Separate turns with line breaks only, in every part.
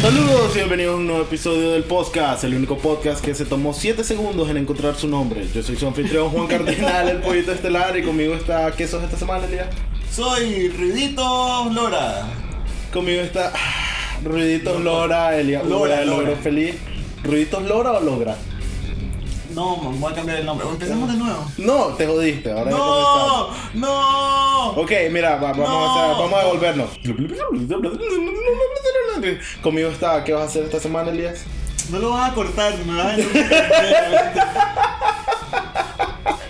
Saludos y bienvenidos a un nuevo episodio del podcast, el único podcast que se tomó 7 segundos en encontrar su nombre. Yo soy su anfitrión Juan Cardenal, el pollito estelar, y conmigo está Quesos esta semana, Elías.
Soy Ruidito Lora.
Conmigo está ah, Ruiditos Lora, Elías.
Lora,
Lora, Lora,
Lora.
feliz. ¿Ruiditos Lora o Logra?
No, man, voy a cambiar el nombre. Empecemos de nuevo.
No, te jodiste, ahora ya comenzaste.
¡No! ¡No!
Ok, mira, va- vamos, a hacer-
No.
vamos a devolvernos. Conmigo está, ¿qué vas a hacer esta semana, Elías?
No lo vas a cortar, me vas a enseñar.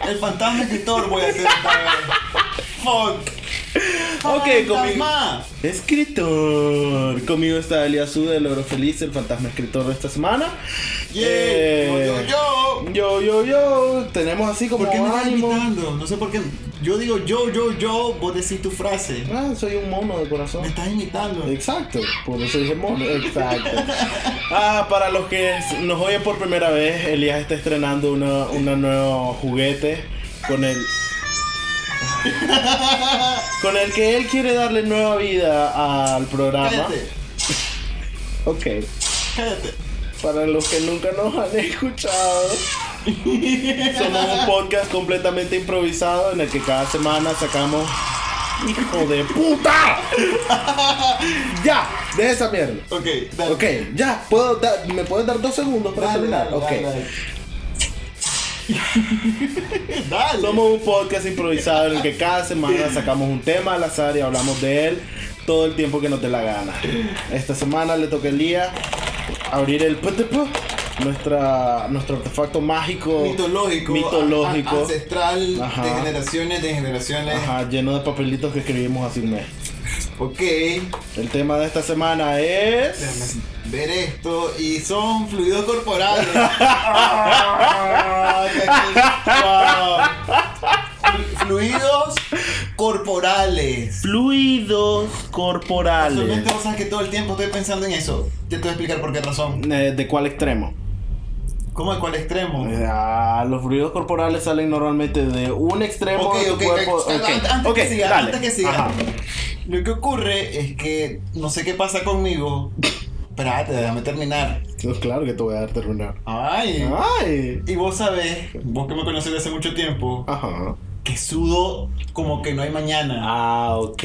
El fantasma escritor voy a hacer esta vez. Fuck.
Ok, conmigo.
Fantasma.
Escritor. Conmigo está Elías Ude, el oro feliz, el fantasma escritor de esta semana.
Yeah.
Eh,
Yo, yo, yo.
yo, yo, yo. Tenemos así como
¿Por qué me estás
ánimo.
invitando? No sé por qué. Yo digo yo, yo, yo, vos decís tu frase.
Ah, soy un mono de corazón.
Me estás imitando.
Exacto, por eso dije mono. Exacto. Ah, para los que s- nos oyen por primera vez, Elías está estrenando una- una nuevo juguete con el. Con el que él quiere darle nueva vida al programa.
Cállate,
Ok.
cállate.
Para los que nunca nos han escuchado, somos un podcast completamente improvisado en el que cada semana sacamos. ¡Hijo de puta! ¡Ya! ¡De esa mierda!
Ok, dale.
Ok, ya, puedo dar- ¿me puedes dar dos segundos para
Dale,
terminar?
dale,
ok.
dale. Dale.
Somos un podcast improvisado en el que cada semana sacamos un tema al azar y hablamos de él todo el tiempo que nos dé la gana. Esta semana le toca a Elías abrir el PTP, nuestra, nuestro artefacto mágico.
mitológico, Ah,
Mitológico.
a- ancestral
Ajá.
de generaciones de generaciones.
Ajá, lleno de papelitos que escribimos hace un mes.
Ok,
El tema de esta semana
déjame
es...
ver esto y son fluidos corporales. Ah, qué- wow. Flu- Fluidos corporales.
Fluidos corporales.
Solamente cosas que todo el tiempo estoy pensando en eso. Ya te voy a explicar por qué razón.
Eh, ¿De cuál extremo?
¿Cómo de cuál extremo?
Ah, los fluidos corporales salen normalmente de un extremo
Ok,
de tu
ok,
cuerpo.
ok.
Ok,
Antes- antes
ok,
que siga,
dale.
antes que siga.
Ajá.
Lo que ocurre es que no sé qué pasa conmigo. Espérate, déjame terminar.
No, claro que te voy a dar terminar.
Ay.
Ah. Ay.
Y vos sabés, vos que me conocés de hace mucho tiempo,
Ajá.
que sudo como que no hay mañana.
Ah, ok.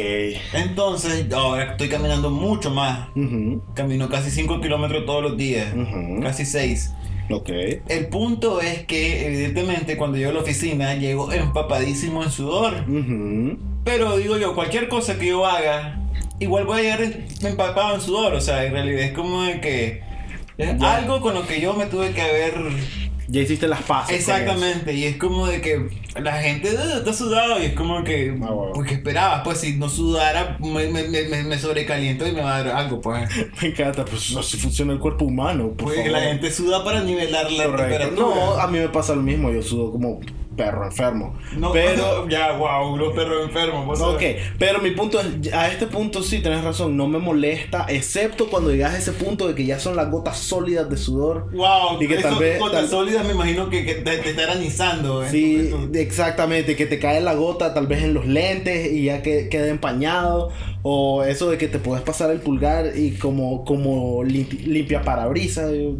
Entonces, ahora estoy caminando mucho más.
Ujú,
Camino casi 5 kilómetros todos los días,
Ujú.
casi 6.
Ok.
El punto es que, evidentemente, cuando llego a la oficina, llego empapadísimo en sudor.
Ujú,
Pero digo yo, cualquier cosa que yo haga, igual voy a llegar empapado en sudor. O sea, en realidad es como de que es
Ya.
algo con lo que yo me tuve que haber.
Ya hiciste las paces.
Exactamente, y es como de que la gente "Ah, está sudado y es como que,
Ah, bueno.
pues que esperabas, pues si no sudara me, me, me- me- me sobrecaliento y me va a dar algo, pues.
con eso. Me encanta, pues así funciona el cuerpo humano. Por
Porque
favor.
la gente suda para nivelar la
Correcto. No,
temperatura.
a mí me pasa lo mismo. Yo sudo como perro enfermo. pero.
ya, wow, los perros enfermos. vos
Ok,
sabés.
pero mi punto es, a este punto sí tienes razón, no me molesta, excepto cuando llegas a ese punto de que ya son las gotas sólidas de sudor.
Wow,
Y que tal
eso
vez-
con tan
tal-
sólidas me imagino que, que te, te está aranizando. ¿eh?
Sí,
Entonces,
exactamente, que te cae la gota tal vez en los lentes y ya que queda empañado, o eso de que te puedes pasar el pulgar y como, como limpi- limpia parabrisas. yo-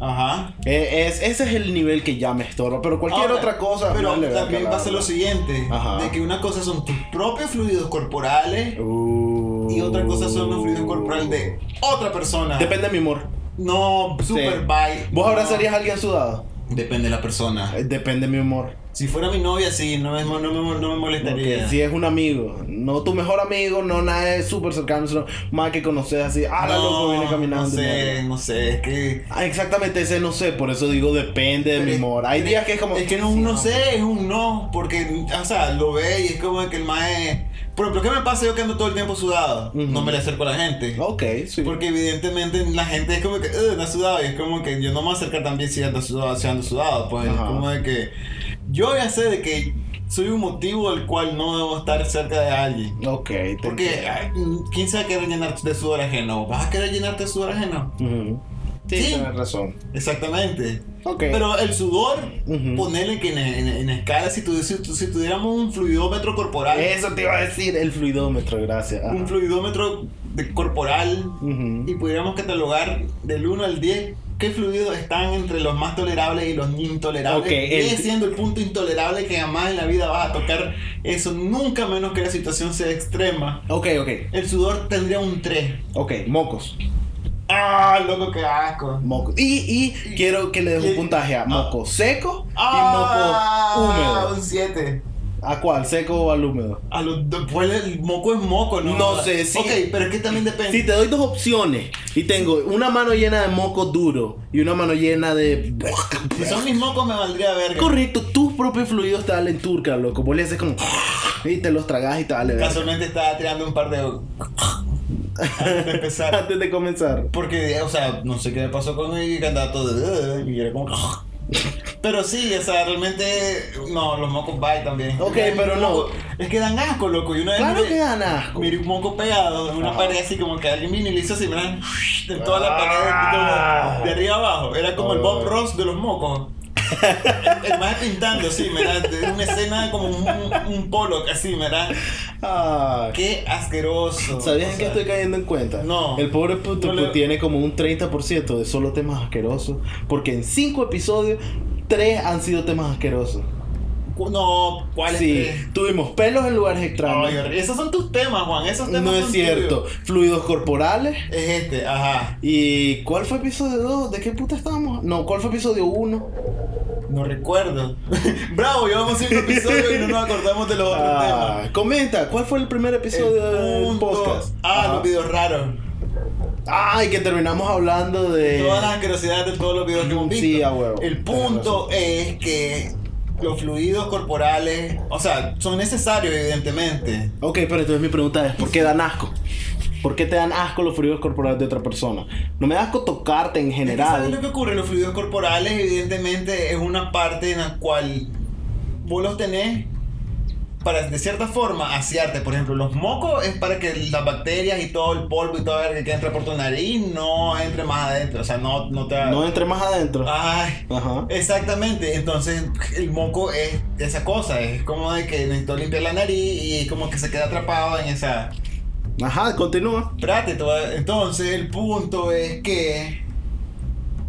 Ajá.
eh, es, ese es el nivel que ya me estorba, pero cualquier
Ahora,
otra cosa.
Pero
vale,
también
verga, la
pasa lo
verdad.
siguiente:
Ajá.
de que una cosa son tus propios fluidos corporales
Uh.
y otra cosa son los fluidos corporales de otra persona.
Depende de mi humor.
no, super
Sí.
bye.
¿Vos
No.
abrazarías a alguien sudado?
Depende de la persona.
Eh, Depende de mi humor.
Si fuera mi novia, sí, no me, no me, no me molestaría.
Ok, Si es un amigo, no tu mejor amigo, no nadie súper cercano, sino más que conoces así, ah, la
No,
loco viene caminando.
No sé,
mierda.
no sé, es que.
Ah, exactamente ese no sé, por eso digo depende de mi
Pero es-
humor. Hay
pero
días que es como.
Es que no,
sí,
un no sé, es un no, porque, o sea, lo ve y es como que el mae. Por ejemplo, ¿qué me pasa yo que ando todo el tiempo sudado?
Ujú.
No me le acerco a la gente.
Ok, sí.
Porque evidentemente la gente es como que, "Ugh, anda sudado, y es como que yo no me voy a acercar también si ando sudado, si ando sudado, pues es
Ajá.
como de que yo ya sé de que soy un motivo el cual no debo estar cerca de alguien.
Ok, te
Porque,
entiendo.
ay, ¿quién se va a querer llenar de sudor ajeno? ¿Vas a querer llenarte de sudor ajeno?
Ujú. Sí,
Sí.
tienes razón.
Exactamente.
Ok.
Pero el sudor,
Ujú.
ponerle que en, en- en escala, si, tu- si tu- si tuviéramos un fluidómetro corporal,
Eso te iba a decir, el fluidómetro, gracias. Ajá.
un fluidómetro de- corporal,
Ujú.
y pudiéramos catalogar del 1 al 10 qué fluidos están entre los más tolerables y los intolerables.
Ok,
Sigue
el-
siendo el punto intolerable que jamás en la vida vas a tocar eso, nunca menos que la situación sea extrema.
Ok, ok.
El sudor tendría un 3.
Ok, mocos.
¡Ah, loco, qué asco!
Mocos. Y, y quiero que le des
Y-
un puntaje a moco seco
¡Ah,
y moco húmedo.
Un 7.
¿A cuál? ¿Seco o al húmedo?
A los después el moco es moco, ¿no?
No sé, sí.
Ok, pero es que también depende.
Si te doy dos opciones y tengo una mano llena de moco duro y una mano llena de.
Si son mis mocos me valdría verga.
Correcto, tus propios fluidos te valen turca, loco. Vos le haces como. Y te los tragas y te vale. verga.
Casualmente estaba tirando un par de... Antes de empezar.
Antes de comenzar.
Porque, o sea, no sé qué me pasó con mi candidato de... Y era como... Pero sí, o sea, realmente... No, los mocos bye también.
Ok,
Hay
pero no.
mocos- Es que dan asco, loco. Y una vez
Claro
miré-
que dan asco.
miré un moco pegado en una
Ajá.
pared así como que alguien vino y le hizo así, ¿verdad? En toda la pared,
Ah.
como de arriba abajo. Era como el
Oh.
Bob Ross de los mocos. el más pintando, sí, ¿verdad? De Una escena como un, un Pollock, así, ¿verdad?
Ah,
Qué asqueroso.
¿Sabías
O
en qué
sea,
estoy cayendo en cuenta?
No.
El pobre puto
No le-
tiene como un 30% de solo temas asquerosos. Porque en 5 episodios, 3 han sido temas asquerosos.
cu- No, ¿cuál
sí,
es?
tuvimos pelos en lugares extraños.
Ay, horri- esos son tus temas, Juan. Esos temas
no es
son
cierto.
tuyos.
Fluidos corporales.
Es este, ajá.
¿Y cuál fue episodio 2? ¿De qué puta estábamos? No, ¿cuál fue episodio 1?
No recuerdo. Bravo, llevamos cinco episodios y no nos acordamos de los otros temas.
Ah, comenta, ¿cuál fue el primer episodio
El
del
punto-
podcast?
Ah,
Ajá.
los videos raros.
Ay, que terminamos hablando de.
Todas las asquerosidades de todos los videos que hemos
Eh. Sí,
visto.
a huevo.
El
Tenés
punto es que los fluidos corporales, o sea, son necesarios, evidentemente.
Ok, pero entonces mi pregunta es, ¿por qué dan asco? ¿Por qué te dan asco los fluidos corporales de otra persona? No me da asco tocarte en
¿Sabes lo
general.
que ocurre? Los fluidos corporales, evidentemente, es una parte en la cual vos los tenés para, de cierta forma, asearte. Por ejemplo, los mocos es para que las bacterias y todo el polvo y todo el que entra por tu nariz no entre más adentro. O sea, no, no te...
No entre más adentro.
Ah. Ay,
Ajá.
Exactamente, entonces el moco es esa cosa, es como de que necesito limpiar la nariz y como que se queda atrapado en esa...
Ajá, continúa.
Espérate, te voy a- entonces el punto es que...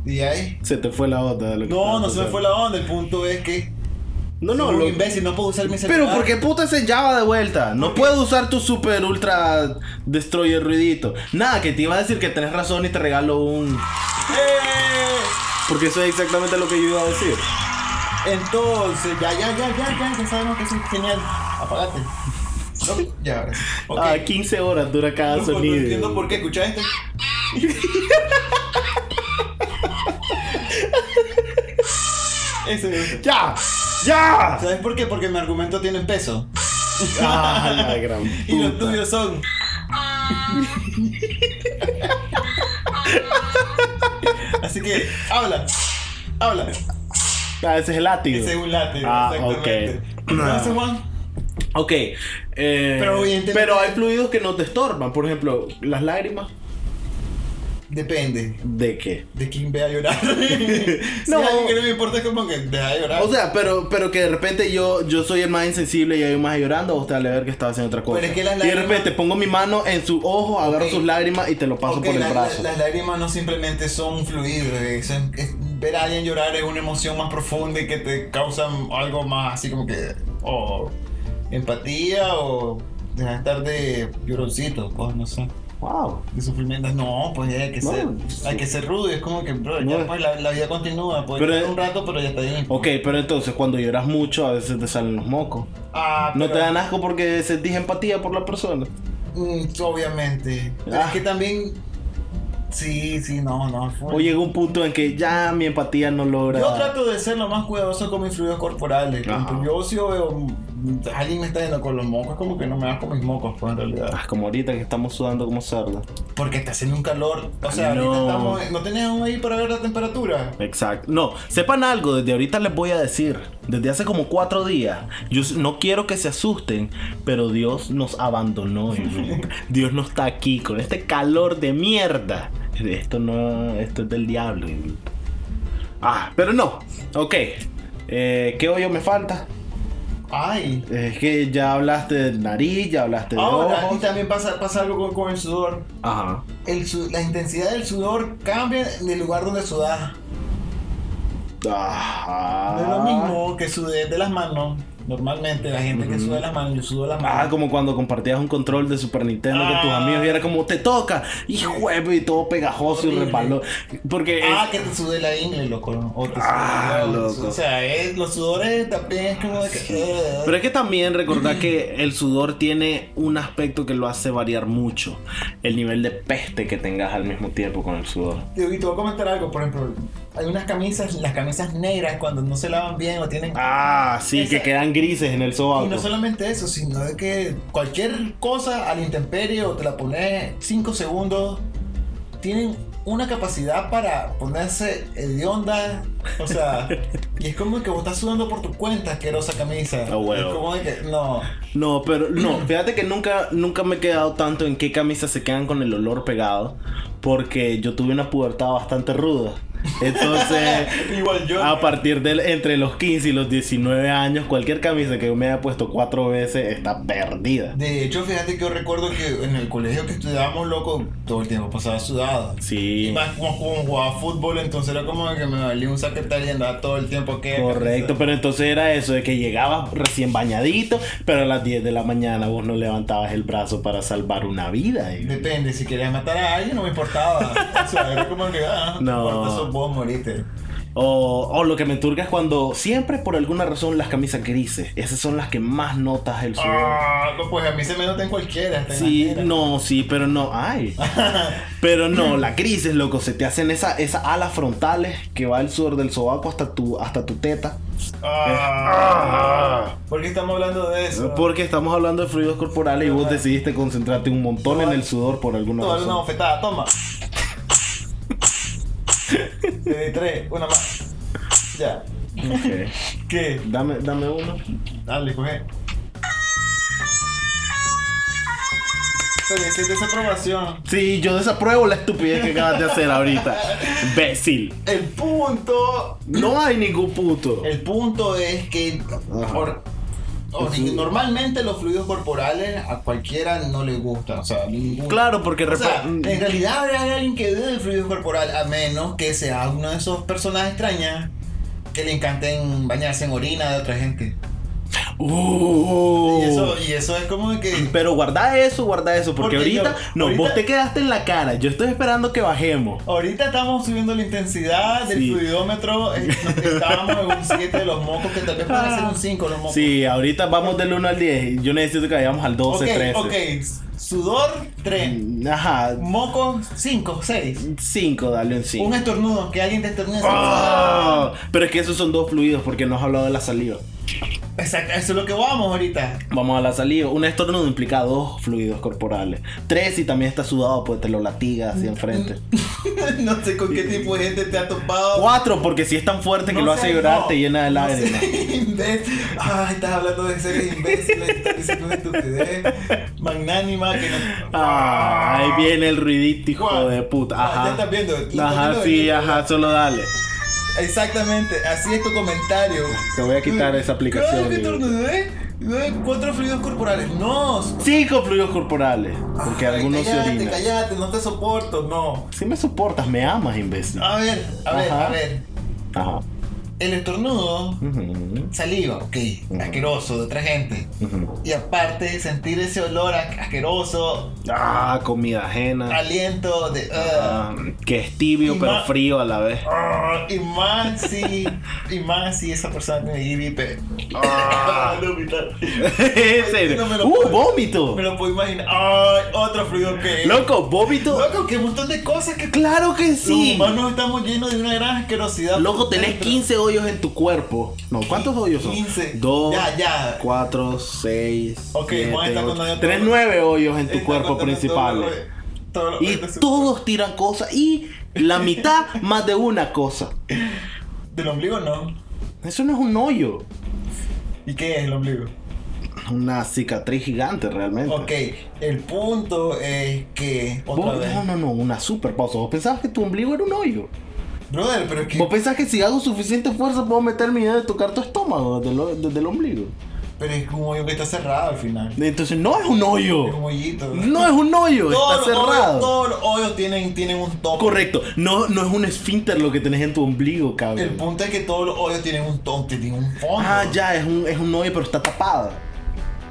¿Y ahí?
Se te fue la onda. de lo que
No,
estaba
no se me
pensando.
fue la onda, el punto es que...
No, no,
soy un
lo...
imbécil, no puedo usar mi celular.
Pero ¿por qué puta se Java de vuelta? No
¿Por qué?
puedo usar tu super ultra destroyer ruidito. Nada, que te iba a decir que tenés razón y te regalo un...
¡Eh!
Porque eso es exactamente lo que yo iba a decir.
Entonces, ya, ya, ya, ya, ya, ya sabemos que eso es genial. Apagate. No, ya, ahora sí. Ok.
Ah, 15 horas dura cada
Loco,
sonido.
No entiendo por qué, escucha este. Ese me gusta.
¡Ya! ¡Ya!
¿Sabes por qué? Porque mi argumento tiene peso.
Ah, la gran
Y los
puta.
tuyos son. Así que, habla. Habla.
Ah, ese es el látigo.
Ese es un látigo,
Ah,
exactamente.
ok. Ah.
Entonces, Juan,
Ok. eh, pero,
Pero, evidentemente-
hay fluidos que no te estorban. Por ejemplo, las lágrimas.
depende
¿De qué?
de quién vea llorar. si
No.
no. alguien que no me importa es como que deja de llorar.
O sea, pero, pero que de repente yo, yo soy el más insensible y hay un más llorando, o te vale ver que estaba haciendo otra cosa.
Pero es que las
Y de
lágrimas-
repente pongo mi mano en su ojo, agarro
Ok.
sus lágrimas y te lo paso
Ok,
por el
la- la-
brazo.
las lágrimas no simplemente son fluidos. es- es- ver a alguien llorar es una emoción más profunda y que te causa algo más así como que. O empatía o dejar estar de lloroncito, pues no sé.
Wow.
De sufrimiento. No, pues hay que
No,
ser,
sí.
hay que ser rudo. Es como que, bro, ya
No.
pues la, la vida continúa. Puede
Pero-
llorar un rato, pero ya está bien.
Ok, pero entonces cuando lloras mucho a veces te salen los mocos.
Ah,
No
pero-
te dan asco porque sentís empatía por la persona.
Mm, obviamente. Pero
Ah.
es que también. Sí, sí, no, no. fue-
O llega un punto en que ya mi empatía no logra.
Yo trato de ser lo más cuidadoso con mis fluidos corporales.
Ajá.
Cuando Yo si yo veo mm, alguien me está yendo con los mocos, como que no me con mis mocos, pues en realidad.
Ah, como ahorita que estamos sudando como cerdos.
Porque está haciendo un calor. O sea,
No.
ahorita estamos. ¿No tenés aún ahí para ver la temperatura?
Exacto. No, sepan algo, desde ahorita les voy a decir, desde hace como cuatro días, yo s- no quiero que se asusten, pero Dios nos abandonó. hermano. Dios no está aquí con este calor de mierda. Esto no, esto es del diablo. hermano. Ah, pero no. Ok. Eh, ¿Qué hoyo me falta?
Ay.
Es que ya hablaste de nariz, ya hablaste de
Ahora, aquí
ojos.
también pasa, pasa algo con, con el sudor.
Ajá.
El su- la intensidad del sudor cambia del lugar donde sudas.
Ajá.
No es lo
Ah.
mismo que sudes de las manos. Normalmente la gente que suda de las manos, yo sudo de las manos.
Ah, como cuando compartías un control de Super Nintendo con tus
Ah.
amigos y era como te toca y huevo y todo pegajoso y
Horrible.
resbaló. Porque es-
Ah, que te sudé la ingle, loco. O te sudé
Ah,
el dedo, te
loco.
sudé- O sea, es- los sudores también es como de que. eh.
Pero es que también recordar que el sudor tiene un aspecto que lo hace variar mucho. El nivel de peste que tengas al mismo tiempo con el sudor.
Digo, Y te voy a comentar algo, por ejemplo, hay unas camisas, las camisas negras cuando no se lavan bien o tienen...
Ah, sí,
Esa-
que quedan grises en el
Y no
sobaco.
solamente eso, sino de que cualquier cosa a la intemperie o te la pones 5 segundos, tienen una capacidad para ponerse hedionda, o sea, y es como que vos estás sudando por tu cuenta, asquerosa camisa.
Ah, huevo.
Es como de que, no,
No, pero no, fíjate que nunca, nunca me he quedado tanto en qué camisas se quedan con el olor pegado. Porque yo tuve una pubertad bastante ruda. Entonces,
igual yo...
A partir de entre los 15 y los 19 años, cualquier camisa que yo me haya puesto cuatro veces está perdida.
De hecho, fíjate que yo recuerdo que en el colegio que estudiábamos, loco, todo el tiempo pasaba sudado. Y
Sí,
más como, como jugaba fútbol, entonces era como que me valía un saquetal y andaba todo el tiempo que.
correcto. Pero entonces era eso de que llegabas recién bañadito, pero a las 10 de la mañana vos no levantabas el brazo para salvar una vida. eh.
Depende, si querías matar a alguien no me importaba. O sea, era como que, ah,
No.
no. importa, sos vos, moriste.
O, o lo que me turga es cuando siempre por alguna razón las camisas grises, esas son las que más notas el sudor.
Ah, no, pues a mí se me nota en cualquiera. hasta en
Sí,
la Ah. negra.
no, sí, pero no, ay. Pero no, las grises, loco, se te hacen esa- esas alas frontales que va el sudor del sobaco hasta tu, hasta tu teta.
Ah, ¿Por qué estamos hablando de eso?
Porque estamos hablando de fluidos corporales y vos
Ajá.
decidiste concentrarte un montón en el sudor por alguna
Toma una
razón.
bofetada, toma. Te di tres, una más. Ya.
Ok.
¿Qué?
Dame, dame uno.
Dale, coge. Pero es desaprobación.
Sí, yo desapruebo la estupidez que acabas de hacer ahorita. Bécil.
El punto.
No hay ningún puto.
El punto es que.
Ajá.
or- or-
Sí.
normalmente los fluidos corporales a cualquiera no le gustan. O sea, ninguno.
Claro, porque
O sea, en
repa-
realidad habrá alguien que dude del fluido corporal a menos que sea uno de esos personas extrañas que le encanten bañarse en orina de otra gente.
Uh.
Y, eso, y eso es como de que.
Pero guarda eso, guarda eso, porque,
Porque
ahorita.
yo-
no, vos
ahorita-
te quedaste en la cara. Yo estoy esperando que bajemos.
Ahorita estamos subiendo la intensidad del
Sí.
fluidómetro. eh, Estábamos en un 7 de los mocos, que tal vez puede ser un 5 los mocos.
Sí, ahorita vamos del 1 al 10. Yo necesito que vayamos al 12,
ok,
13.
ok. Sudor 3,
Ajá.
moco 5, 6.
5, dale un 5.
Un estornudo, que alguien te estornude.
Ah, Pero es que esos son dos fluidos porque no has hablado de la saliva.
Exacto, eso es lo que vamos ahorita.
Vamos a la saliva. Un estornudo implica dos fluidos corporales. Tres, si también está sudado, pues te lo latiga así enfrente.
no sé con qué tipo de gente te ha topado.
Cuatro, porque si es tan fuerte que
No
lo hace
sé,
llorar,
no.
te llena de
No sé,
lágrimas.
imbécil. Ay, estás hablando de seres imbéciles, estás diciendo una estupidez magnánima que no.
Ah, ahí viene el ruidito, hijo
¿Cuál?
de puta.
Ah,
Ajá.
ya estás viendo, lo estás
Ajá,
viendo
sí,
venir,
ajá, solo dale.
Exactamente, así es tu comentario.
Te voy a quitar esa aplicación,
Cada vez que
digo.
estornudé, eh, cuatro fluidos corporales. No.
Cinco fluidos corporales, porque
Ay,
algunos se
cállate,
orinan.
Cállate, no te soporto, no.
Si me soportas, me amas, imbécil.
A ver, a ver,
Ajá.
a ver.
Ajá.
El estornudo,
Ujú,
saliva, ok,
Ujú.
asqueroso, de otra gente.
ujú.
Y aparte, sentir ese olor a- asqueroso,
Ah, comida ajena.
aliento de. uh,
Ah, que es tibio
Y
pero
ma-
frío a la vez.
ah, y más si. y más si esa persona tiene gripe.
Ah.
No, mi tal.
en serio.
No me lo
¡Uh,
puedo-
vómito!
Me lo puedo imaginar. Ay, otro fluido que.
Loco, vómito.
Loco, que un montón de cosas que
Claro que
sí.
sí.
los humanos estamos llenos de una gran asquerosidad.
Loco,
por
tenés
dentro.
15 hoyos en tu cuerpo. No, ¿cuántos hoyos son?
15.
2,
Ya, ya.
4, 6.
Ok, Juan está contando
Tenés
todo.
9 hoyos en tu
Está
cuerpo
contando
principal.
todo lo- todo lo-
Y
de su-
todos tiran cosas. Y la mitad más de una cosa.
Del ombligo no.
Eso no es un hoyo.
¿Y qué es el ombligo?
Una cicatriz gigante realmente.
Ok, el punto es que. Otra
Vos-
vez.
No, no, no, una super pausa. Vos pensabas que tu ombligo era un hoyo.
Brother, pero es
¿Vos
que.
pensás que si hago suficiente fuerza puedo meter mi dedo y tocar tu estómago desde, lo- desde el ombligo?
Pero es como un hoyo que está cerrado al final.
Entonces no es un hoyo.
Es un hoyito. bro.
No es un hoyo,
Todos
está
los hoyos-
cerrado.
todos los hoyos tienen, tienen un tope.
Correcto, no, no es un esfínter lo que tenés en tu ombligo, cabrón.
El punto es que todos los hoyos tienen un tope, tienen un fondo.
Ah, ya, es un, es un hoyo, pero está tapado.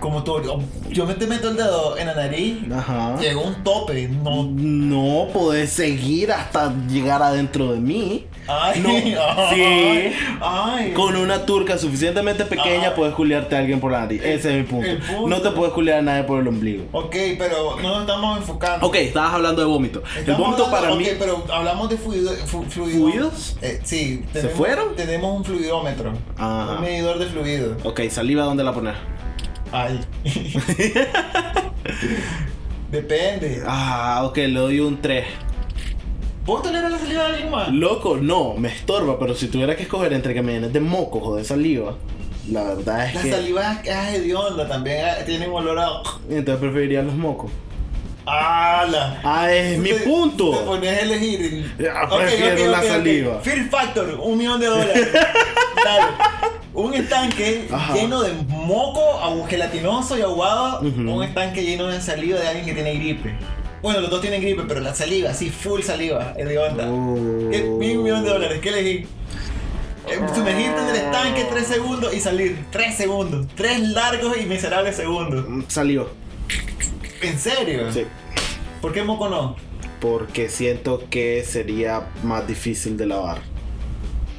Como todo. Yo me te meto el dedo en la nariz,
Ajá.
llegó un tope. No.
No podés seguir hasta llegar adentro de mí.
Ay,
No.
ay, ay.
Con una turca suficientemente pequeña
Ajá.
puedes juliarte a alguien por la nariz. Ese es mi punto.
el punto.
No te puedes juliar a nadie por el ombligo.
Ok, pero no nos estamos enfocando.
Ok, estabas hablando de vómito. el
Estamos
vómito
hablando-
para
ok,
mí.
pero hablamos de fluido, fu- fluido-
¿Fluidos?
Eh, sí.
fueron?
Tenemos un fluidómetro.
Ajá.
Un medidor de fluido.
Ok, saliva, ¿dónde la poner?
Ay. Depende.
Ah, ok, le doy un 3.
¿Vos toleras la saliva de alguien más?
Loco, no, me estorba, pero si tuviera que escoger entre que me llenes de mocos o de saliva, la verdad es
La
que.
saliva es, es hedionda también. ah, Tiene un olor a.
Entonces preferiría los mocos.
¡Ala!
Ah, es mi
Te- Te
punto.
pones a elegir.
Ya,
Ok,
prefiero
ok, ok,
la
ok.
saliva.
Fear Factor, un millón de dólares. Dale. Un estanque
Ajá.
lleno de moco, agu- gelatinoso y aguado.
Ujú.
Un estanque lleno de saliva de alguien que tiene gripe. Bueno, los dos tienen gripe, pero la saliva, sí, full saliva, hedionda.
Oh.
¿Qué- Mil millones de dólares, ¿qué elegí? Eh, Sumergirte en el estanque tres segundos y salir. Tres segundos. Tres largos y miserables segundos.
Saliva.
¿En serio?
Sí.
¿Por qué moco no?
Porque siento que sería más difícil de lavar.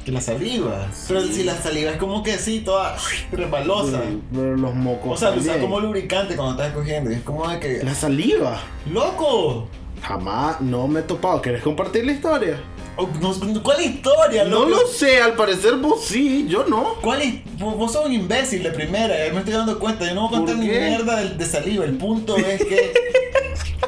Que la saliva. Pero si la saliva es como que sí, toda resbalosa.
Pero los mocos.
O sea, lo usas
también.
como lubricante cuando estás cogiendo. Es como de que.
La saliva.
¡Loco!
Jamás no me he topado. ¿Querés compartir la historia?
Oh, no- ¿Cuál historia,
No
loco?
lo sé, al parecer vos sí, yo no.
¿Cuál es? Vos vos sos un imbécil de primera, yo me estoy dando cuenta, yo no voy a contar
¿Por
ni
qué?
mierda de, de saliva, el punto es que...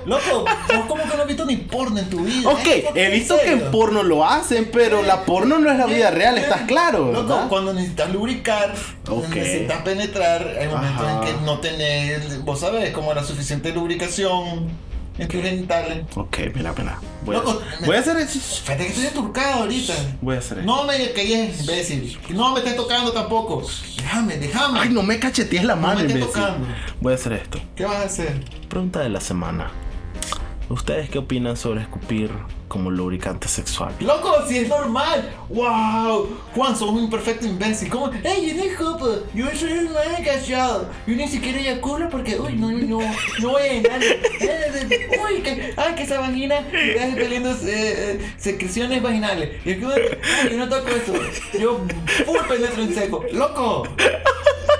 Loco, vos como que no has visto ni porno en tu vida. ¿eh?
Ok, he visto que
serio?
en porno lo hacen, pero la porno no es la vida real, estás claro,
Loco,
¿verdad?
cuando necesitas lubricar,
Ok.
necesitas penetrar, hay momentos
Ajá.
en que no tenés, vos sabés, como la suficiente lubricación en tus genitales.
Ok, mira, mira. Voy,
Loco,
a,
me-
voy a hacer eso.
Fíjate que estoy enturcado ahorita.
Voy a hacer eso.
No me calles, imbécil. No me estés tocando tampoco. Déjame, déjame.
Ay, no me cachetees la mano,
me estés
imbécil.
tocando.
Voy a hacer esto.
¿Qué vas a hacer?
Pregunta de la semana. ¿Ustedes qué opinan sobre escupir como lubricante sexual?
Loco, si es normal. Wow, Juan, sos un perfecto imbécil. ¿Cómo? Ey, yo no escupo. Yo soy un man callado. Yo ni siquiera eyaculo porque, uy, no, no, no voy a llenar. Eh, Uy, que, ay, que esa vagina está saliendo eh, eh, secreciones vaginales. Y es que, ay, yo no toco eso. Yo full penetro en seco. Loco,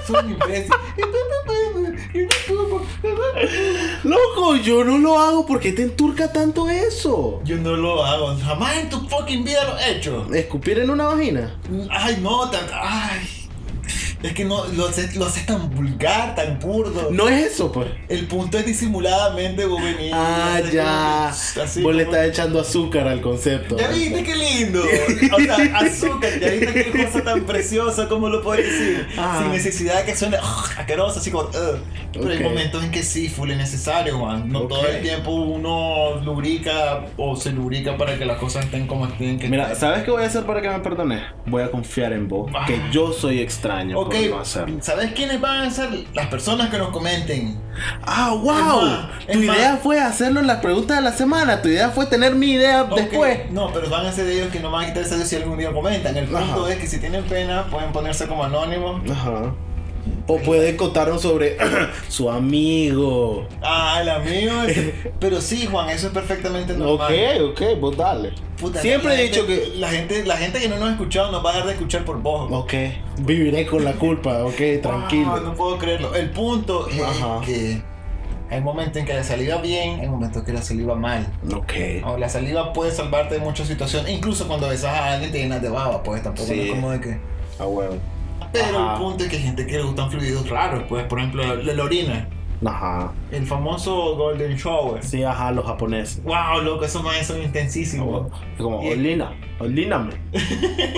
soy un imbécil. Yo no escupo.
Loco, yo no lo hago porque te enturca tanto eso.
Yo no lo hago. Jamás en tu fucking vida lo he hecho.
Escupir en una vagina.
Ay, no, tan. Ay. Es que no, lo haces, lo haces tan vulgar, tan burdo.
No es eso, pues.
El punto es disimuladamente vos venís.
Ah,
así
ya.
como- así
Vos le
como-
estás echando azúcar al concepto.
Ya viste qué lindo. O sea, azúcar, ya viste qué cosa tan preciosa, ¿cómo lo puedes decir?
Ah.
Sin necesidad de que suene ugh, asqueroso, así como. ugh. Pero
Ok.
hay momentos en que sí, full es necesario, Juan. No todo
Ok.
el tiempo uno lubrica o se lubrica para que las cosas estén como estén. que
Mira,
estén.
¿sabes qué voy a hacer para que me perdones? Voy a confiar en vos,
Ah.
que yo soy extraño
Ok,
por no hacerlo.
¿sabes quiénes van a ser? Las personas que nos comenten.
Ah, wow.
Es más,
tu
es
idea
más.
fue hacerlo en las preguntas de la semana. Tu idea fue tener mi idea
Ok,
después.
No, pero van a ser ellos que no van a quitar eso si algún día comentan. El punto
Ajá.
es que si tienen pena, pueden ponerse como anónimos.
Ajá. O puede contarnos sobre su amigo.
Ah, el amigo. ese. pero sí, Juan, eso es perfectamente normal.
ok, vos dale.
Puta,
Siempre
la
he dicho
gente-
que.
La gente, la gente que no nos ha escuchado nos va a dejar de escuchar por vos.
Ok, viviré con la culpa, ok, tranquilo.
Wow, no puedo creerlo. El punto es
Ajá.
que hay momentos en que la saliva bien, hay momentos que la saliva mal.
Ok.
No, la saliva puede salvarte de muchas situaciones. Incluso cuando besas a alguien te llenas de baba, pues tampoco
Sí.
no es como de que.
A Ah, huevo.
Pero
Ajá.
el punto es que hay gente que le gustan fluidos raros, pues por ejemplo la, la orina.
Ajá.
El famoso Golden Shower.
Sí, ajá, los japoneses.
Wow, loco, esos manes son
A
intensísimos.
huevo. Es Como,
Y-
olina, olíname.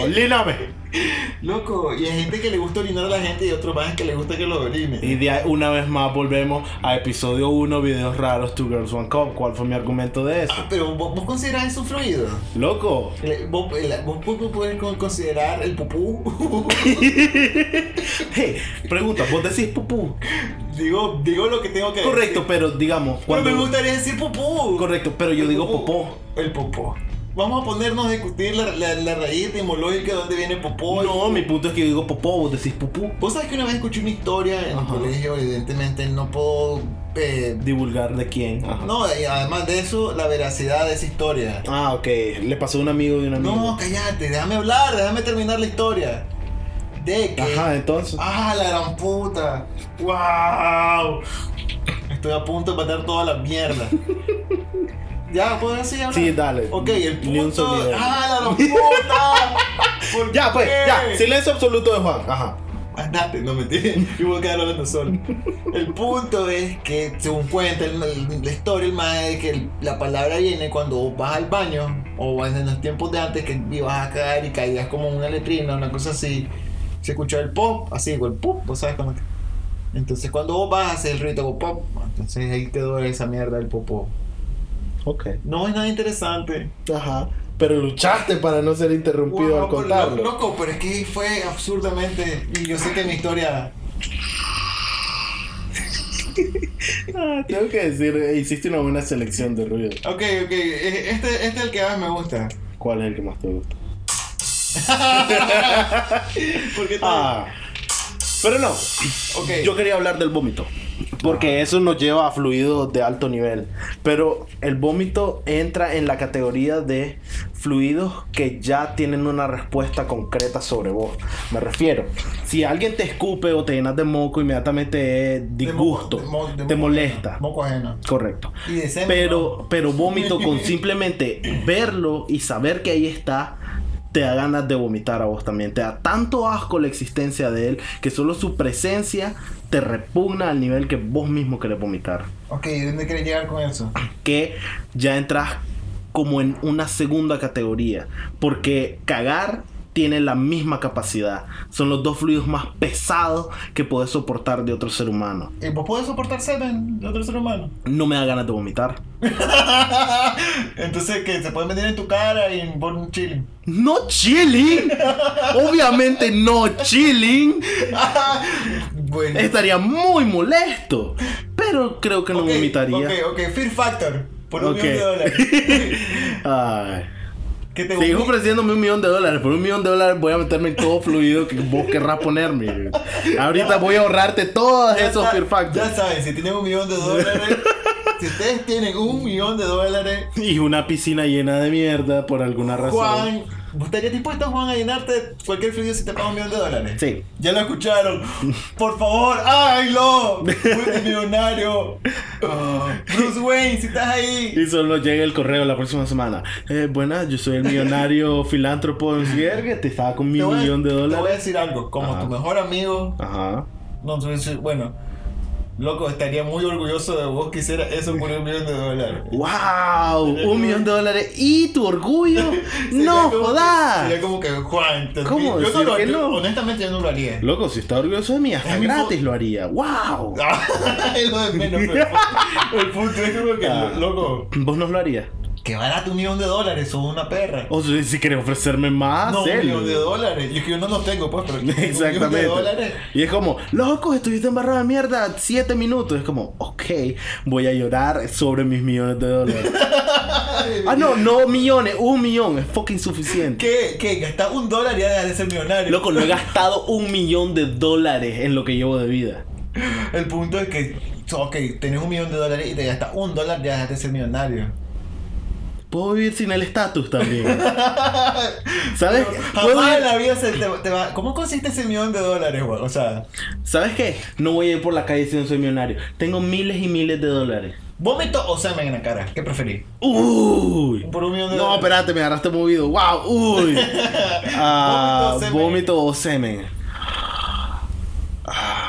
Olíname.
Loco, y hay gente que le gusta orinar a la gente y otros más que le gusta que lo orine.
Y de ahí, una vez más volvemos a episodio 1, videos raros, Two Girls One Cup. ¿Cuál fue mi argumento de eso?
Ah, pero vos, vos considerás eso fluido.
Loco,
Le- Vos, el- vos pu- puedes con- considerar el pupú.
hey, pregunta, vos decís pupú.
digo, digo lo que tengo que
Correcto,
decir.
pero digamos,
Pero
cuando.
me gustaría decir pupú.
Correcto, pero yo
El
digo
pupú.
popó.
El popó. Vamos a ponernos a discutir la, la, la raíz etimológica de dónde viene popó.
No, mi punto es que yo digo popó, vos decís pupú.
Vos sabés que una vez escuché una historia en
Ajá.
el colegio, evidentemente no puedo... eh,
Divulgar de quién. Ajá.
no, y además de eso, la veracidad de esa historia.
Ah, ok. Le pasó a un amigo de un amigo.
No, cállate, déjame hablar, déjame terminar la historia. De que...
Ajá, entonces.
¡Ah, la gran puta! ¡Wow! Estoy a punto de matar toda la mierda. ¿Ya? ¿Puedo así hablar?
Sí, dale.
Ok, el punto...
Ni un sonido.
¡Ah, la gran puta! ¿Por
Ya, pues,
qué?
ya. Silencio absoluto de Juan. Ajá.
Andate, no mentira. Y voy a quedar hablando solo. El punto es que, según cuenta el- el- la historia, el mae, que el- la palabra viene cuando vas al baño o vas en los tiempos de antes que ibas a caer y caías como en una letrina, una cosa así. Se escuchaba el pop, así, o el pop, vos sabes cómo. que- Entonces, cuando vos vas a hacer el rito como pop, entonces ahí quedó esa mierda del popó.
Ok.
No es nada interesante.
Ajá. Pero luchaste para no ser interrumpido
Wow,
al
pero
contarlo.
lo- Loco, pero es que fue absurdamente. Y yo sé que mi historia.
Ah, tengo que decir, eh, hiciste una buena selección de ruido.
Ok, ok, e- este, este es el que más me gusta.
¿Cuál es el que más te gusta?
Porque
Ah. Pero no,
ok.
yo quería hablar del vómito. Porque eso nos lleva a fluidos de alto nivel. Pero el vómito entra en la categoría de fluidos que ya tienen una respuesta concreta sobre vos. Me refiero, si alguien te escupe o te llenas de moco, inmediatamente es
De moco,
disgusto,
de mo- de
te
moco
molesta.
ajeno, Moco ajeno.
Correcto.
Y de semen,
Pero,
¿no?
pero vómito con simplemente verlo y saber que ahí está, te da ganas de vomitar a vos también. Te da tanto asco la existencia de él que solo su presencia te repugna al nivel que vos mismo querés vomitar.
Ok, ¿y dónde querés llegar con eso?
Que ya entras como en una segunda categoría. Porque cagar tiene la misma capacidad. Son los dos fluidos más pesados que podés soportar de otro ser humano.
¿Y Eh, ¿Vos podés soportar semen de otro ser humano?
No me da ganas de vomitar.
Entonces, que se pueden meter en tu cara y en por un chile.
No chilling. Obviamente no chilling.
bueno.
Estaría muy molesto. Pero creo que no
Ok,
vomitaría.
Ok, ok, Fear Factor. Por un
Ok.
millón de dólares.
Ay.
que te
Sigo
vomite-
ofreciéndome un millón de dólares. Por un millón de dólares voy a meterme en todo fluido que vos querrás ponerme. Ahorita voy a ahorrarte todos
Ya
esos
sa-
fear
Ya
factors.
saben, si tienen un millón de dólares. si ustedes tienen un millón de dólares.
Y una piscina llena de mierda por alguna razón.
Juan, ¿vos estarías dispuesto, Juan, a llenarte cualquier fluido si te pagan un millón de dólares?
Sí.
Ya lo escucharon. Por favor, háganlo. Multimillonario. Ah, Bruce Wayne, si estás ahí.
Y solo llega el correo la próxima semana. Eh, buenas, yo soy el millonario filántropo de que te estaba con mi
Te voy a-
millón de
Te voy a
dólares.
decir algo. Como
Ajá.
tu mejor amigo.
Ajá.
No, te voy a decir- bueno. Loco, estaría muy orgulloso de vos que hiciera eso por un millón de dólares.
¡Wow! Un millón de dólares y tu orgullo.
Sería
¡No
como que- Sería
jodas!
como que, Juan, te
¿Cómo
yo
decir
lo
que
haría.
no?
Honestamente, yo no lo haría.
Loco, si está orgulloso de mí, hasta
Es mi
gratis lo haría. ¡Wow!
Ah. Es lo de menos, pero el punto es como que,
Ah.
loco,
¿Vos no lo harías?
que barato un millón de dólares o una perra.
O sea, si querés ofrecerme más,
no, un
él.
millón de dólares. Y es que yo no los tengo, pues, pero. un millón de
Exactamente.
dólares.
Y es como, loco, estuviste embarrado de mierda siete minutos. Es como, ok, voy a llorar sobre mis millones de dólares. ah, no, no millones, un millón, es fucking suficiente.
¿Qué? ¿Qué? Gastar un dólar y ya dejas de ser millonario.
Loco, no he gastado un millón de dólares en lo que llevo de vida.
El punto es que, ok, tenés un millón de dólares y te gastas un dólar y ya dejas de ser millonario.
Puedo vivir sin el estatus también. ¿Sabes? Puedo
Jamás
ir-
en la vida se te, te va. ¿Cómo consiste ese millón de dólares, güey? O sea,
¿Sabes qué? No voy a ir por la calle si no soy millonario. Tengo miles y miles de dólares.
vómito o semen en la cara. ¿Qué preferís?
Uy.
Por un millón de
No,
dólares.
espérate, me agarraste movido. Wow, uy. Ah,
Vómito o semen.
vómito o semen.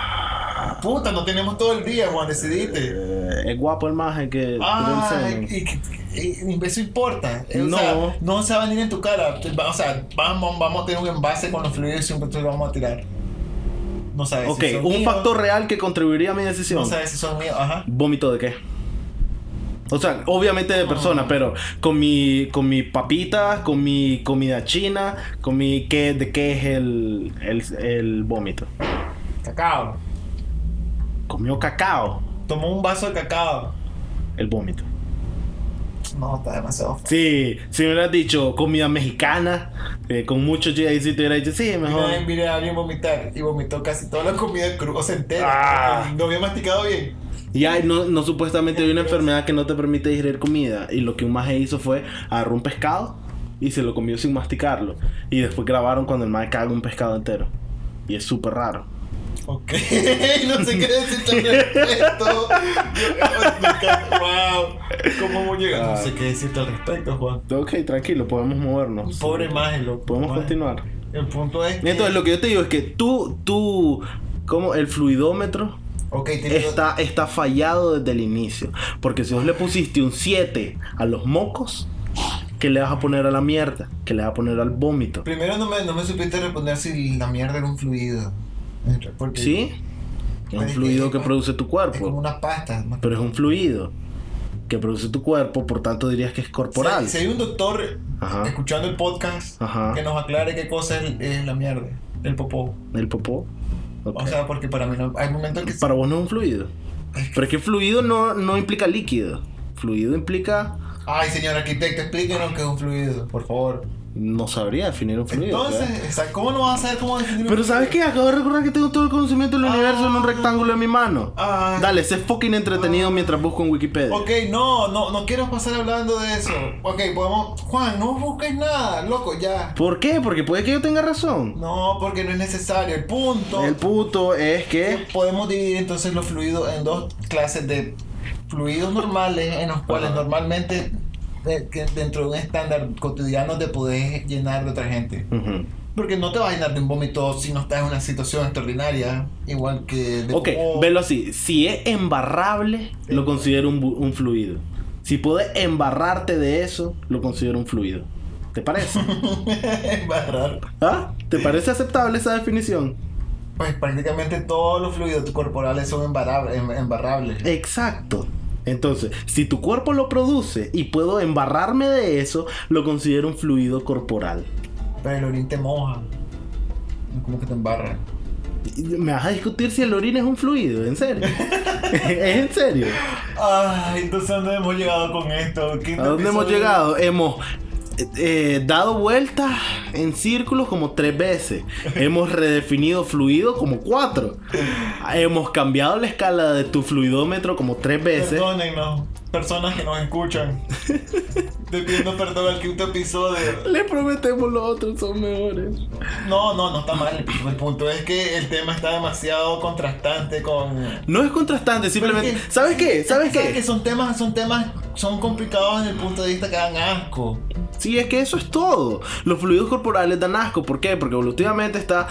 Puta, no tenemos todo el día, Juan, decidiste.
Eh, es guapo el maje que
Ah,
tuvo el seno.
y, y- y eso importa. Eh, o
No.
sea, no se va a venir en tu cara. Te va- O sea, vamos, vamos a tener un envase con los fluidos y siempre te lo vamos a tirar. No sabes
Ok,
si son
un
míos,
factor real que contribuiría a mi decisión.
No sabes si son míos. Ajá.
¿Vómito de qué? O sea, obviamente de
Ah.
persona, pero con mi con mi papita, con mi comida china, con mi qué de qué es el el, el vómito.
Cacao.
Comió cacao,
Tomó un vaso de cacao.
el vómito.
No, está demasiado. f-
Sí, si me hubieras dicho comida mexicana, eh, con mucho chile, ahí sí te hubiera dicho, sí,
Una
mejor.
vez miré a alguien vomitar y vomitó casi toda la comida cruda, o sea, entera.
Ah.
No había masticado bien.
Y ay, no, no supuestamente hay una enfermedad que no te permite digerir comida. Y lo que un maje hizo fue agarró un pescado y se lo comió sin masticarlo. Y después grabaron cuando el maje caga un pescado entero. Y es súper raro.
Ok, no sé qué decirte al respecto. Yo acabo de explicar, wow, ¿cómo hemos
Ah.
llegado? No sé qué decirte al respecto, Juan.
Ok, tranquilo, podemos movernos.
Pobre imagen, loco.
Podemos
Maje.
continuar.
El punto es que.
Entonces, lo que yo te digo es que tú, tú, como el fluidómetro
Ok, tiene
está, está fallado desde el inicio. Porque si vos le pusiste un 7 a los mocos, ¿qué le vas a poner a la mierda? ¿Qué le vas a poner al vómito?
Primero no me, no me supiste responder si la mierda era un fluido. Porque
¿Sí? Es
Pero
un
es que-
fluido que produce tu
Es como
cuerpo.
una pasta. más-
Pero es un fluido que produce tu cuerpo, por tanto dirías que es corporal.
Si, si hay un doctor
Ajá.
escuchando el podcast
Ajá.
que nos aclare qué cosa es, es la mierda, el popó.
El popó. Ok.
O sea, porque para mí no, hay momentos que
Para vos no es un fluido. Pero es que fluido no, no implica líquido. Fluido implica.
Ay, señor arquitecto, explíquenos qué es un fluido, por favor.
No sabría definir un fluido.
Entonces,
¿verdad?
exacto, ¿cómo no vas a saber cómo definir un
Pero ¿sabes qué? Acabo de recordar que tengo todo el conocimiento del
Ah.
universo en un rectángulo en mi mano.
Ah.
Dale, sé fucking entretenido mientras busco en Wikipedia.
Ok, no, no, no quiero pasar hablando de eso. Ok, podemos. Juan, no busques nada, loco, ya.
¿Por qué? Porque puede que yo tenga razón.
No, porque no es necesario. El punto.
El puto es que.
Podemos dividir entonces los fluidos en dos clases de fluidos normales, en los cuales
Ajá.
normalmente eh, que dentro de un estándar cotidiano te podés llenar de detergente.
Ujú.
Porque no te vas a llenar de un vómito si no estás en una situación extraordinaria, igual que de
Ok,
popó.
velo así. Si es embarrable, lo considero un, bu- un fluido. Si puedes embarrarte de eso, lo considero un fluido. ¿Te parece?
Embarrar.
¿Ah? ¿Te parece aceptable esa definición?
Pues prácticamente todos los fluidos corporales son embarrab- em- embarrables.
Exacto. Entonces, si tu cuerpo lo produce y puedo embarrarme de eso, lo considero un fluido corporal.
Pero el orín te moja. No Como que te embarra.
Y- ¿Me vas a discutir si el orín es un fluido? ¿En serio? ¿Es en serio?
Ay, entonces ¿a dónde hemos llegado con esto?
¿A dónde hemos llegado? Hemos eh, dado vueltas en círculos como tres veces. Hemos redefinido fluido como cuatro. Hemos cambiado la escala de tu fluidómetro como tres veces.
Perdónennos, personas que nos escuchan. te pido perdón al quinto episodio.
Le prometemos los otros son mejores.
No, no, no está mal. El punto es que el tema está demasiado contrastante con.
No es contrastante, simplemente. ¿Sabes qué? ¿Sabes
Que
qué?
son temas, son temas, son complicados desde el punto de vista que dan asco.
Sí, es que eso es todo. Los fluidos corporales dan asco. ¿Por qué? Porque evolutivamente está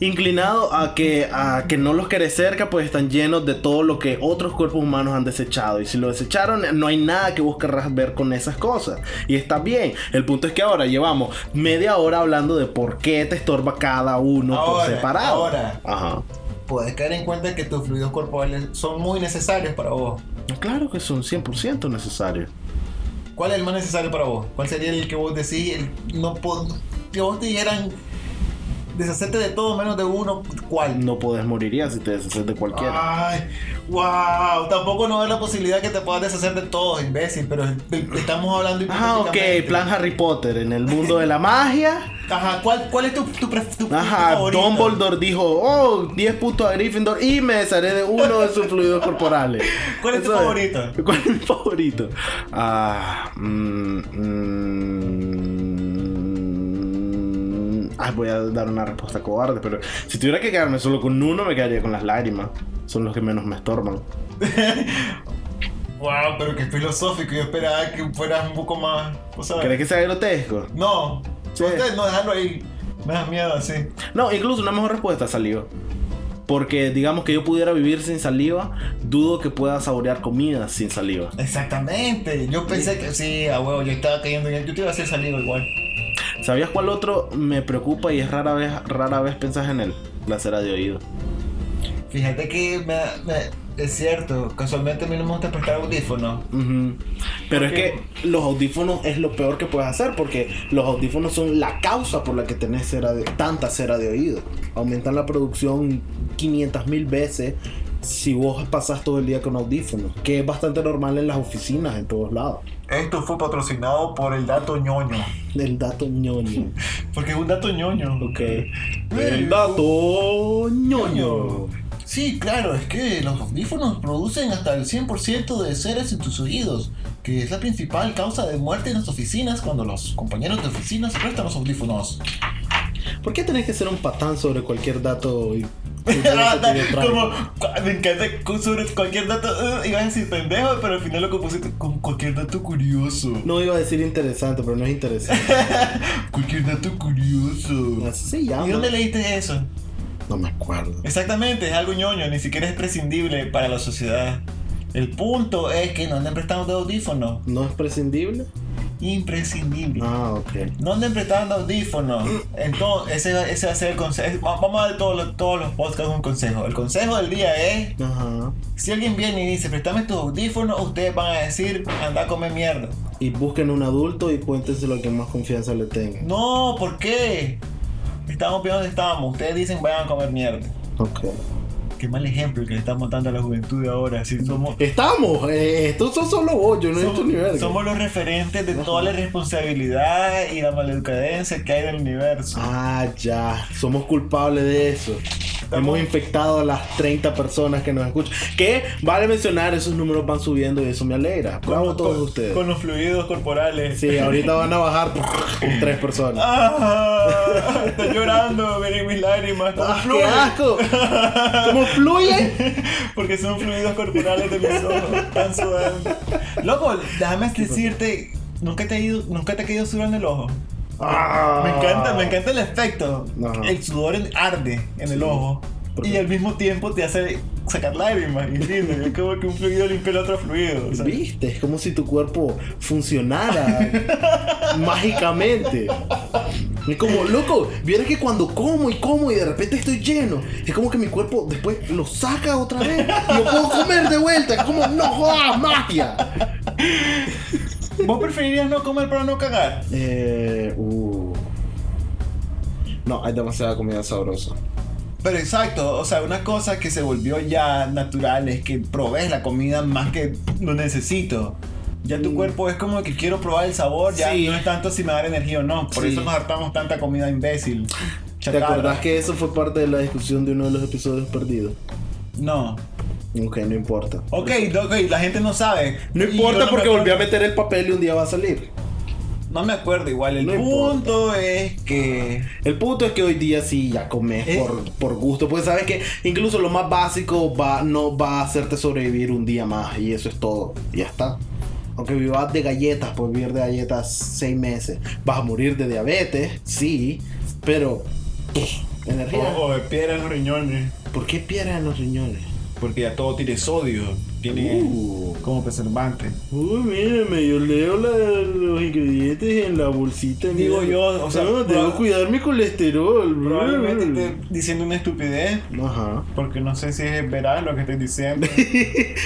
inclinado a que, a que no los querés cerca, pues están llenos de todo lo que otros cuerpos humanos han desechado. Y si lo desecharon, no hay nada que vos querrás ver con esas cosas. Y está bien. El punto es que ahora llevamos media hora hablando de por qué te estorba cada uno por
Ahora,
separado.
ahora.
Ajá.
Puedes caer en cuenta que tus fluidos corporales son muy necesarios para vos.
Claro que son 100% necesarios.
¿Cuál es el más necesario para vos? ¿Cuál sería el que vos decís? El, no po- que vos te dijeran deshacerte de todo menos de uno, ¿cuál?
No podés morir ya si te deshaces de cualquiera.
Ay, wow, tampoco no es la posibilidad que te puedas deshacer de todo, imbécil, pero estamos hablando
Ah, ok,
hipotéticamente.
plan Harry Potter en el mundo de la magia.
Ajá, ¿cuál, cuál es tu, tu, pref- tu
Ajá,
favorito?
Dumbledore dijo, oh, 10 puntos a Gryffindor y me desharé de uno de sus fluidos corporales.
¿Cuál es tu
Eso
favorito?
¿Cuál es mi favorito? Ah, mm, mm, ay, voy a dar una respuesta cobarde, pero si tuviera que quedarme solo con uno, me quedaría con las lágrimas. Son los que menos me estorban.
Wow, pero qué filosófico, yo esperaba que fueras un poco más, o sea,
¿Crees que sea grotesco?
no,
Sí.
ustedes no dejarlo ahí, me da miedo así.
No, incluso una mejor respuesta salió. Porque digamos que yo pudiera vivir sin saliva, dudo que pueda saborear comida sin saliva.
Exactamente. Yo pensé que sí, a huevo, yo estaba cayendo en el. Yo te iba a hacer salir igual.
¿Sabías cuál otro me preocupa y es rara vez, rara vez pensás en él? La cera de oído.
Fíjate que me- me- es cierto, casualmente a mí no me gusta prestar audífonos.
Ujú. Pero es que los audífonos es lo peor que puedes hacer porque los audífonos son la causa por la que tenés cera de, tanta cera de oído. Aumentan la producción 500 mil veces si vos pasás todo el día con audífonos, que es bastante normal en las oficinas en todos lados.
Esto fue patrocinado por el dato ñoño.
El dato ñoño.
Porque es un dato ñoño. Eh,
Ok. El dato ñoño.
Sí, claro, es que los audífonos producen hasta el 100% de ceras en tus oídos, que es la principal causa de muerte en las oficinas cuando los compañeros de oficinas prestan los audífonos.
¿Por qué tenés que ser un patán sobre cualquier dato? y-
Como, cua- me encanta cu- sobre cualquier dato, eh, iba a decir pendejo, pero al final lo compusiste con cualquier dato curioso.
No iba a decir interesante, pero no es interesante.
Cualquier dato curioso.
Así se llama.
¿Y dónde leíste eso?
No me acuerdo.
Exactamente, es algo ñoño, ni siquiera es prescindible para la sociedad. El punto es que no anden prestando audífonos.
¿No es prescindible?
Imprescindible.
Ah, ok.
No anden prestando audífonos. Entonces, ese, va- ese va a ser el consejo. Va- Vamos a dar todos los, todos los podcasts un consejo. El consejo del día es:
Ajá.
si alguien viene y dice, préstame tus audífonos, ustedes van a decir, anda a comer mierda.
Y busquen un adulto y cuéntense lo que más confianza le tengan.
No, ¿por qué? Estamos bien donde estábamos. Ustedes dicen, vayan a comer mierda.
Ok.
Qué mal ejemplo que le estamos dando a la juventud de ahora. Si somos.
Estamos. eh, estos son solo vos, yo no he hecho ni
Somos,
verga.
somos los referentes de toda la irresponsabilidad y la maleducadencia que hay en el universo.
Ah, ya. Somos culpables de eso. Hemos infectado a las 30 personas que nos escuchan. Que vale mencionar, esos números van subiendo y eso me alegra. Bravo a todos
con,
ustedes.
Con los fluidos corporales.
Sí, ahorita van a bajar tres personas.
Ah, estoy llorando, miren mis lágrimas. ¿Cómo
¡Ah, ¡Qué
fluyen?
asco! ¿Cómo fluye?
Porque son fluidos corporales de mis ojos. Están sudando. Loco, déjame decirte, nunca te he ido, nunca te ha caído sudor en el ojo.
Ah.
Me encanta, me encanta el efecto.
Ajá.
El sudor en- arde en el ojo.
¿Por
Y
qué?
al mismo tiempo te hace sacar lágrimas, ¿entiendes? Es como que un fluido limpia el otro fluido. o sea.
¿Viste? Es como si tu cuerpo funcionara mágicamente. Es como, loco, vieras que cuando como y como y de repente estoy lleno, es como que mi cuerpo después lo saca otra vez y yo puedo comer de vuelta. Es como, no jodas, magia.
¿Vos preferirías no comer para no cagar?
Eh, uh. No, hay demasiada comida sabrosa.
Pero exacto, o sea, una cosa que se volvió ya natural es que probes la comida más que lo necesito. Ya tu
Mm.
cuerpo es como que quiero probar el sabor, ya
Sí.
no es tanto si me da energía o no. Por
Sí.
eso nos hartamos tanta comida imbécil.
¿Te
Chatarra.
acordás que eso fue parte de la discusión de uno de los episodios perdidos?
No.
Ok, no importa.
Ok, ok, la gente no sabe.
No
Y yo
importa
me
porque
acuerdo.
volví a meter el papel y un día va a salir.
No me acuerdo igual, el
No
punto es que...
El punto es que hoy día sí ya comes
Eh.
por, por gusto, pues sabes que incluso lo más básico va, no va a hacerte sobrevivir un día más y eso es todo, ya está. Aunque vivas de galletas, puedes vivir de galletas seis meses, vas a morir de diabetes, sí, pero pff, energía.
O, o de piedra en los riñones.
¿Por qué piedras en los riñones?
Porque ya todo tiene sodio. Tiene
Uh.
como preservante.
Uy, mírame, yo leo la- los ingredientes en la bolsita.
Digo
mira.
yo, o sea,
No, debo
proba-
cuidar mi colesterol.
Probablemente esté diciendo una estupidez.
Ajá.
Porque no sé si es verdad lo que estoy diciendo.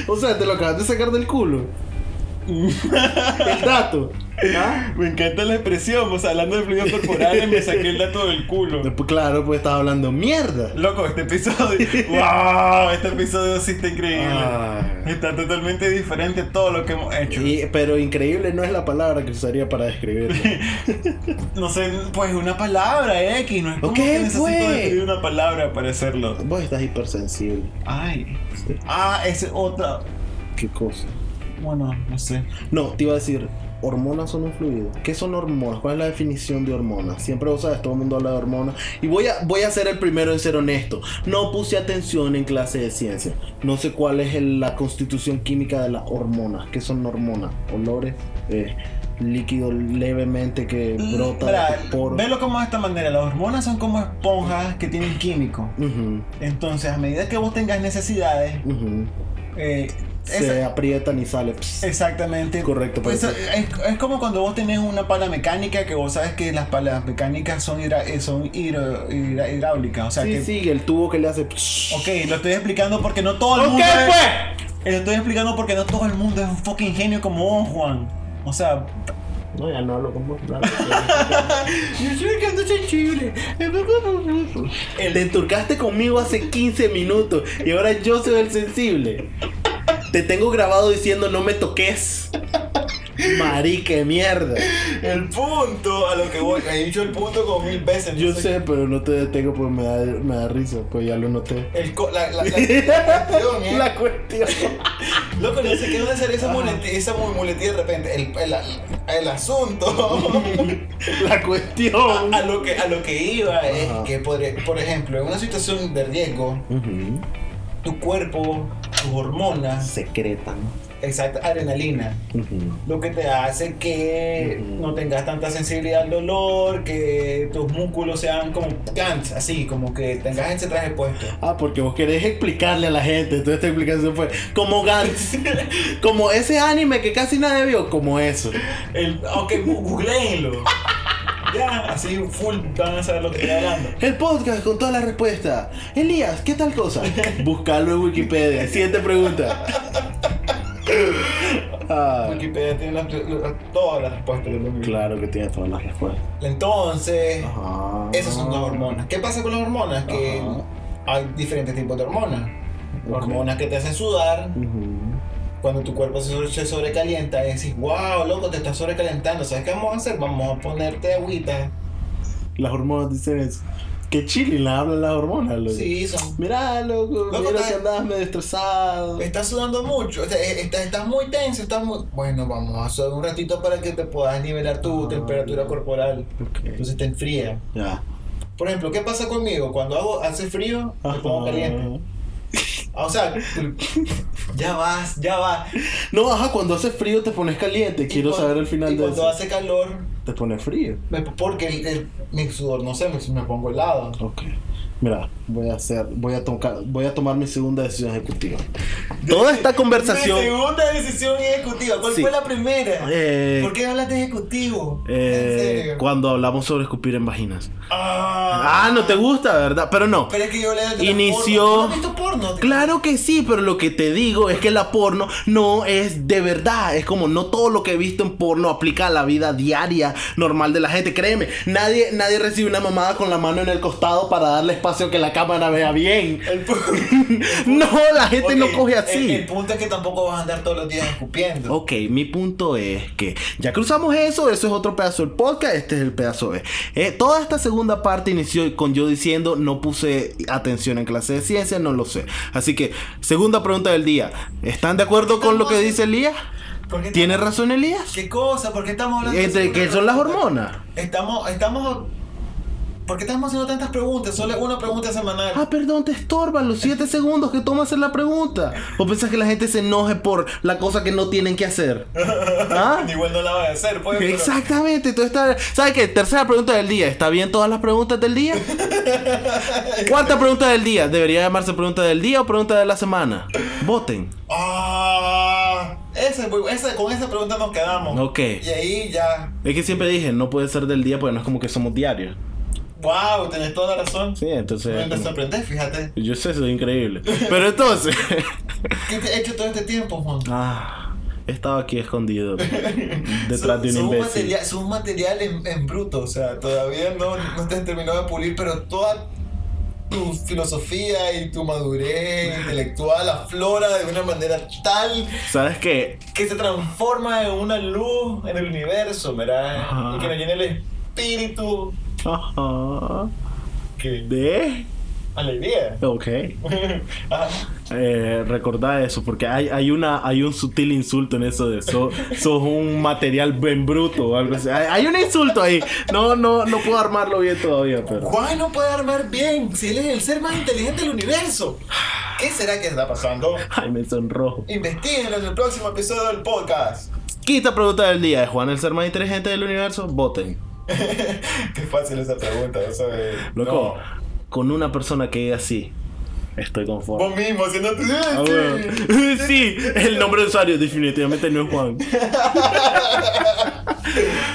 o sea, te lo acabas de sacar del culo. El dato. ¿Ah?
Me encanta la expresión, o sea, hablando de fluidos corporales me saqué el dato del culo.
Pues claro, pues estás hablando mierda.
Loco, este episodio. ¡Wow! Este episodio sí está increíble.
Ah.
Está totalmente diferente a todo lo que hemos hecho.
Y- pero increíble no es la palabra que usaría para describirlo.
No sé, pues una palabra X, no es como
Ok,
que necesito
pues.
definir una palabra para hacerlo.
Vos estás hipersensible.
Ay.
Sí.
Ah, es otra.
¿Qué cosa?
Bueno, no sé.
No, te iba a decir, hormonas son un fluido. ¿Qué son hormonas? ¿Cuál es la definición de hormonas? Siempre vos sabes, todo el mundo habla de hormonas. Y voy a, voy a ser el primero en ser honesto. No puse atención en clase de ciencia. No sé cuál es el- la constitución química de las hormonas. ¿Qué son hormonas? Olores, eh, líquido levemente que brota
Mm, Mira,
de tu poro.
Velo como de esta manera. Las hormonas son como esponjas que tienen químico.
Ujú,
Entonces, a medida que vos tengas necesidades,
ujú.
eh, esa-
Se aprietan y sale. Pss.
Exactamente.
Correcto,
Pues,
parece.
es, es como cuando vos tenés una pala mecánica que vos sabes que las palas mecánicas son, hidra- eh, son hidro- hidra- hidráulicas. O sea
Sí,
que.
sí, el tubo que le hace. pss.
Ok, lo estoy explicando porque no todo el
Ok,
mundo. es-
pues.
eh, Lo estoy explicando porque no todo el mundo es un fucking genio como vos, Juan. O sea.
No, ya no hablo como.
Yo soy que ando sensible.
Te enturcaste conmigo hace 15 minutos y ahora yo soy el sensible. Te tengo grabado diciendo no me toques. Marique mierda.
El punto a lo que voy. He dicho el punto como mil veces.
Yo sé, pero no te detengo porque me da, me da risa, pues ya lo noté.
El co- la, la- la- la cuestión ¿eh? es-
La Ah. cuestión.
Loco, no sé qué onda hacer esa muletilla, esa mu- muletilla de repente. El, el, el asunto
La cuestión.
a, a lo que, a lo que iba es
Ajá.
que, por, e- por ejemplo, en una situación de riesgo,
Ujú.
tu cuerpo, tus hormonas,
Secretan.
exacto, adrenalina,
Ujú.
lo que te hace que
Ujú.
no tengas tanta sensibilidad al dolor, que tus músculos sean como pants, así, como que tengas ese traje puesto.
Ah, porque vos querés explicarle a la gente. Entonces esta explicación fue como Gantz. Como ese anime que casi nadie vio, como eso.
El, ok, gu- googleenlo. ya, así full van a saber lo que estoy hablando.
El podcast con todas las respuestas. Elías, ¿qué tal cosa? Buscarlo en Wikipedia. Siguiente pregunta. Ah,
Wikipedia tiene las- las- todas las respuestas de lo mismo.
claro que tiene todas las respuestas. Ah.
Entonces,
Ajá.
esas son las hormonas. ¿Qué pasa con las hormonas? Que
Ajá.
hay diferentes tipos de hormonas.
Ok.
Hormonas que te hacen sudar.
Ujú.
Cuando tu cuerpo se, se sobrecalienta, y decís, wow, loco, te estás sobrecalentando. ¿Sabes qué vamos a hacer? Vamos a ponerte agüita.
Las hormonas dicen eso. Que chile la hablan las hormonas, loco.
Sí, son.
Mirá, loco,
Loco,
mira
está-
que andabas medio estresado.
Estás sudando mucho, o sea, eh, estás, estás muy tenso, estás muy... Bueno, vamos a sudar un ratito para que te puedas nivelar tu
Ah,
temperatura
ya.
corporal.
Ok.
Entonces te enfría.
Ya.
Por ejemplo, ¿qué pasa conmigo? Cuando hago, hace frío, me pongo
Ajá.
caliente. Ah, O sea, tú- ya vas, ya vas.
No, ajá, cuando hace frío te pones caliente. Quiero
Y cuan-
saber el final
y
de
cuando
eso.
hace calor,
Te pones frío.
me- porque el- el- mi sudor, no sé, me, me pongo helado.
Ok. Mira, voy a hacer, voy a tocar, voy a tomar mi segunda decisión ejecutiva. Toda esta
Mi
conversación.
segunda decisión ejecutiva. ¿Cuál
Sí.
fue la primera?
Eh,
¿Por qué hablas de ejecutivo?
eh,
en serio.
cuando hablamos sobre escupir en vaginas.
Ah,
Ah, no te gusta, ¿verdad? Pero no.
Pero es que yo le de la
Inició-
porno. ¿Tú no has visto porno?
Claro que sí, pero lo que te digo es que la porno no es de verdad. Es como no todo lo que he visto en porno aplica a la vida diaria normal de la gente. Créeme, nadie, nadie recibe una mamada con la mano en el costado para darle espacio a que la cámara vea bien.
El pu-
No, la gente Este no
Ok,
coge
el-
así.
El, punto es que tampoco vas a andar todos los días escupiendo.
Ok, mi punto es que ya cruzamos eso, eso es otro pedazo del podcast, este es el pedazo B. Eh, toda esta segunda parte inició con yo diciendo no puse atención en clase de ciencia, no lo sé. Así que, segunda pregunta del día, ¿están de acuerdo con lo que dice Elías?
¿Por qué
¿Tiene razón Elías?
¿Qué cosa? ¿Por qué estamos hablando de
Entre
eso?
que son las hormonas.
Estamos, estamos. ¿Por qué estamos haciendo tantas preguntas? Solo una pregunta semanal.
Ah, perdón, te estorban los 7 segundos que toma hacer la pregunta. ¿O piensas que la gente se enoje por la cosa que no tienen que hacer? ¿Ah?
Igual no la vas a hacer, pues. pero-
Exactamente, tú estás. ¿Sabes qué? Tercera pregunta del día. ¿Está bien todas las preguntas del día? Cuarta pregunta del día. ¿Debería llamarse pregunta del día o pregunta de la semana? Voten.
Ah, esa, es muy- esa- con esa pregunta nos quedamos.
Ok.
Y ahí ya.
Es que siempre dije, no puede ser del día porque no es como que somos diarios.
Wow, tenés toda la razón.
Sí, entonces.
Me te sorprendés, fíjate.
Yo sé, soy increíble. Pero entonces.
¿Qué te he hecho todo este tiempo, Juan?
ah, he estado aquí escondido. Detrás
Son-
de un
son
imbécil.
material- son material en, en bruto, o sea, todavía no, no te has terminado de pulir, pero toda tu filosofía y tu madurez intelectual aflora de una manera tal
¿Sabes qué?
que se transforma en una luz en el universo, ¿verdad?
Ajá.
Y que nos llena el espíritu
Ajá.
que
¿De?
Alegría.
Ok.
Ajá.
Eh, recordá eso, porque hay, hay, una, hay un sutil insulto en eso de so- sos un material bien bruto o algo así. Hay, hay un insulto ahí. No, no, no puedo armarlo bien todavía, pero.
Juan no puede armar bien si él es el ser más inteligente del universo. ¿Qué será que está pasando?
Ay, me sonrojo.
Investíguenlo en el próximo episodio del podcast.
Quinta pregunta del día. ¿Es Juan el ser más inteligente del universo? Voten.
Qué fácil esa pregunta, no sabes.
Loco,
No.
con una persona que diga así, estoy conforme.
Vos mismo, siendo tu.
Ah, bueno. Sí, el nombre de usuario definitivamente no es Juan.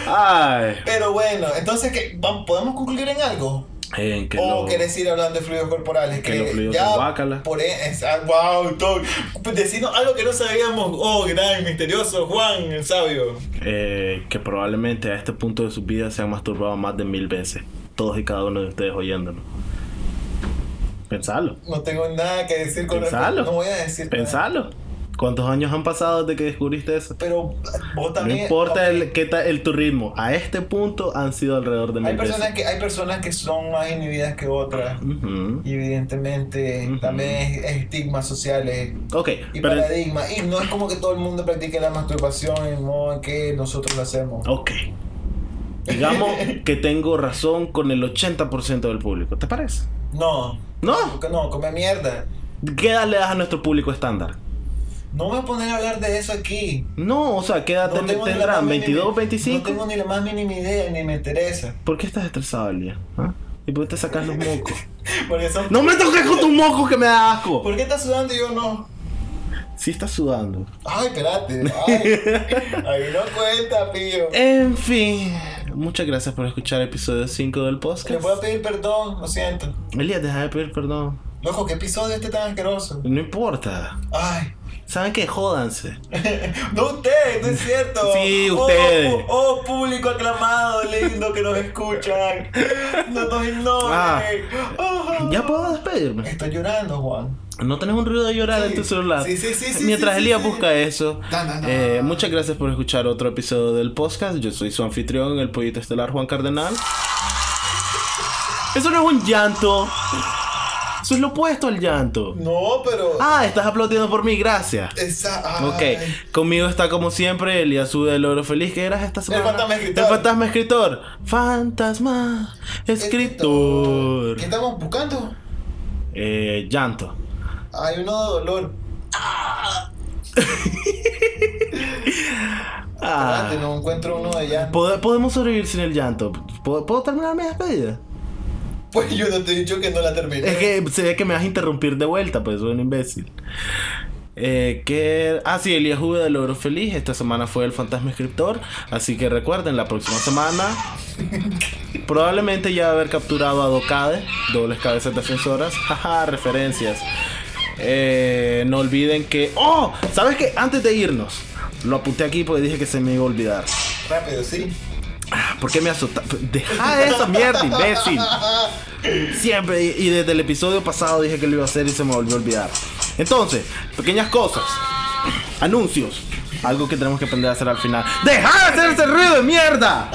Ay.
Pero bueno, entonces, ¿qué? Vam- ¿podemos concluir en algo?
En que
¿O
lo-
querés ir hablando de fluidos corporales?
Que los fluidos
ya
son guácala.
Por e- es- ah, wow, todo. Decirnos algo que no sabíamos. Oh, gran, misterioso Juan, el sabio.
eh, que probablemente a este punto de su vida se han masturbado más de mil veces. Todos y cada uno de ustedes oyéndonos. Pensalo,
No tengo nada que decir con
Pensalo.
respecto. No voy a decir nada.
pensalo. ¿Cuántos años han pasado desde que descubriste eso?
Pero vos
No
también.
importa el, qué tal el tu ritmo. A este punto han sido alrededor de
Hay
mil
personas,
veces.
que, hay personas que son más inhibidas que otras.
Ujú.
Y evidentemente
Ujú.
también es- es estigmas sociales
Ok,
y
pero...
paradigmas. Y no es como que todo el mundo practique la masturbación en el modo en que nosotros lo hacemos.
Ok. Digamos que tengo razón con el 80% del público. ¿Te parece?
No.
No.
No, come mierda.
¿Qué edad le das a nuestro público estándar?
No me voy a poner a hablar de eso aquí.
No, o sea, ¿qué edad
No
ten-
tengo ni la
tendrán?
más mínima-
¿22, 25?
No tengo ni la más mínima idea, ni me interesa.
¿Por qué estás estresado el día? ¿Ah? ¿Y por qué te sacas los mocos?
Porque son...
¡No me toques con tus mocos que me da asco!
¿Por qué estás sudando y yo no?
Sí estás sudando.
Ay, espérate. Ay, ahí no cuenta, pillo.
En fin. Muchas gracias por escuchar episodio 5 del
Le
podcast.
voy a pedir perdón, lo siento.
Elías, deja de pedir perdón.
Loco, qué episodio este tan asqueroso.
No importa.
Ay.
¿Saben qué? Jódanse.
No ustedes, no es cierto.
Sí,
Oh,
ustedes.
Oh, oh, público aclamado, lindo que nos escuchan. No nos ignoren.
Ah.
Oh.
¿Ya puedo despedirme?
Estoy llorando, Juan.
No tenés un ruido de llorar
Sí.
en tu celular.
Sí, sí, sí, sí,
Mientras
sí, sí,
Elías
sí.
busca eso.
Tan, tan, tan.
eh, muchas gracias por escuchar otro episodio del podcast. Yo soy su anfitrión, el pollito estelar Juan Cardenal. Eso no es un llanto. Eso es lo opuesto al llanto.
No, pero.
Ah, estás aplaudiendo por mí, gracias.
Esa. ay.
Ok, conmigo está como siempre Elías Sube del Oro Feliz. ¿Qué eras esta semana?
fantasma escritor.
El fantasma escritor. Fantasma escritor.
¿Qué estamos buscando?
Eh, llanto.
Hay uno de dolor.
Ah.
Espérate, no encuentro uno de llanto.
Pod- podemos sobrevivir sin el llanto. ¿Puedo, puedo terminar mi despedida?
Pues yo no te he dicho que no la terminé.
Es que se ve que me vas a interrumpir de vuelta, pues soy un imbécil. Eh, que... Ah, sí, Elías Juve de Logro Feliz. Esta semana fue el fantasma escritor. Así que recuerden, la próxima semana probablemente ya va a haber capturado a Docade, dobles cabezas defensoras. Jaja, referencias. Eh, no olviden que. ¡Oh! ¿Sabes qué? Antes de irnos, lo apunté aquí porque dije que se me iba a olvidar.
Rápido, sí.
¿Por qué me asustas? Deja esa mierda, imbécil. Siempre, y, y desde el episodio pasado dije que lo iba a hacer y se me volvió a olvidar. Entonces, pequeñas cosas. Anuncios. Algo que tenemos que aprender a hacer al final. ¡Deja de hacer ese ruido de mierda!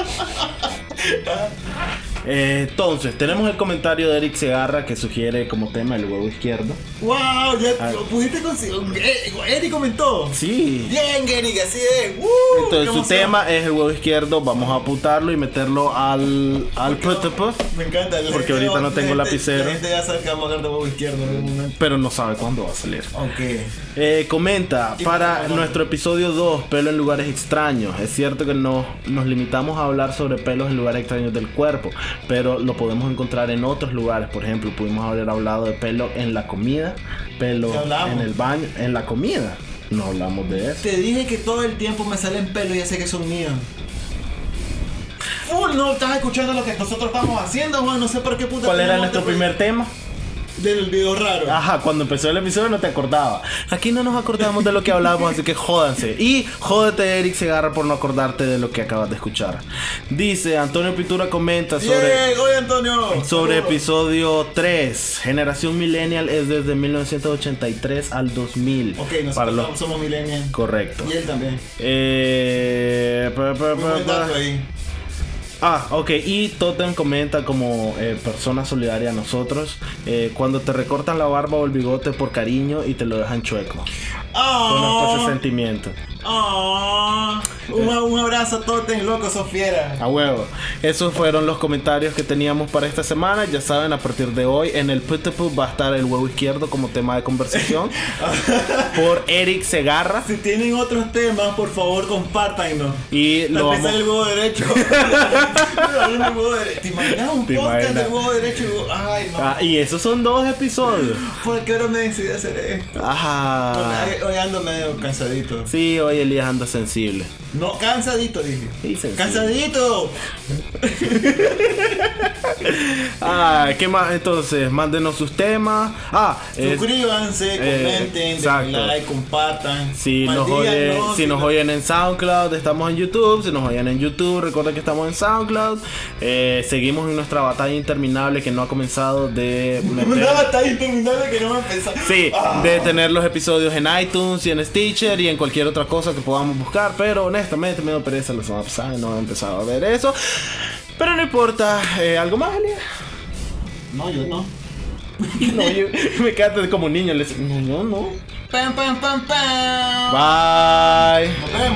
Eh, entonces, tenemos el comentario de Eric Segarra que sugiere como tema el huevo izquierdo.
¡Wow! Ya
Ah.
pudiste conseguir. Eh, Eric comentó.
Sí.
Bien, Eric, así es. ¡Woo! ¡Qué
Entonces, su
emoción!
tema es el huevo izquierdo. Vamos a apuntarlo y meterlo al, al putupu,
Me encanta. la
Porque
gente-
ahorita no tengo
la
lapicero.
Gente, la gente ya sabe que vamos a hablar de huevo izquierdo en algún momento.
pero no sabe cuándo va a salir.
Aunque.
Eh, comenta,
Sí, por
para
favor.
nuestro episodio 2, pelo en lugares extraños. Es cierto que no, nos limitamos a hablar sobre pelos en lugares extraños del cuerpo, pero lo podemos encontrar en otros lugares. Por ejemplo, pudimos haber hablado de pelo en la comida, pelo
Ya hablamos.
en el baño, en la comida. No hablamos de eso.
Te dije que todo el tiempo me salen pelos y ya sé que son míos. Full, no estás escuchando lo que nosotros estamos haciendo, Juan. No sé por qué puta.
¿Cuál era
tenemos
nuestro
este-
primer Ah, tema?
Del video raro.
Ajá, cuando empezó el episodio no te acordaba. Aquí no nos acordamos de lo que hablábamos, así que jódanse. Y jódete, Eric Segarra, por no acordarte de lo que acabas de escuchar. Dice, Antonio Pitura comenta sobre...
Bien, oye, Antonio.
Sobre
Saludos.
episodio 3, generación millennial es desde 1983 al 2000.
Ok,
para
nosotros
los-
somos millennials.
Correcto.
Y él también.
Eh, pa, pa,
Muy
pa,
buen
pa.
dato ahí.
Ah, ok. Y Totem comenta como eh, persona solidaria a nosotros, eh, cuando te recortan la barba o el bigote por cariño y te lo dejan chueco. Conozco ese
Ah,
sentimiento.
ah, un, un abrazo a Totem, loco, Sofiera.
A huevo. Esos fueron los comentarios que teníamos para esta semana. Ya saben, a partir de hoy en el Put va a estar el huevo izquierdo como tema de conversación por Eric Segarra.
Si tienen otros temas, por favor, compártanlo.
Y
Tal
lo
vez
vamos.
sale el huevo derecho. Sale el huevo derecho. ¿Te imaginas un
¿Te
podcast
imaginas?
del huevo derecho? Ay, no.
Ah, y esos son dos episodios.
¿Por qué ahora me decidí hacer esto?
Ajá.
Hoy- Hoy ando medio cansadito.
Sí, hoy Elías anda sensible.
No, cansadito dije.
Sí, sensible.
¡Cansadito!
Ah, ¿qué más? Entonces, mándenos sus temas. Ah, es-
Suscríbanse,
eh,
comenten,
exacto.
den like, compartan.
si nos, oyen,
maldígannos,
si nos oyen en SoundCloud, estamos en YouTube. Si nos oyen en YouTube, recuerden que estamos en SoundCloud. Eh, seguimos en nuestra batalla interminable que no ha comenzado de meter-
Una batalla interminable que no me pensaba.
Sí,
Ah.
de tener los episodios en iTunes y en Stitcher y en cualquier otra cosa que podamos buscar. Pero honestamente me da pereza los apps, ¿saben? no he empezado a ver eso. Pero no importa, Eh, ¿algo más, Elia?
No, yo no.
No, yo me quedaste como un niño. les- No, no, no.
Pam, pam, pam, pam.
Bye.
Nos vemos.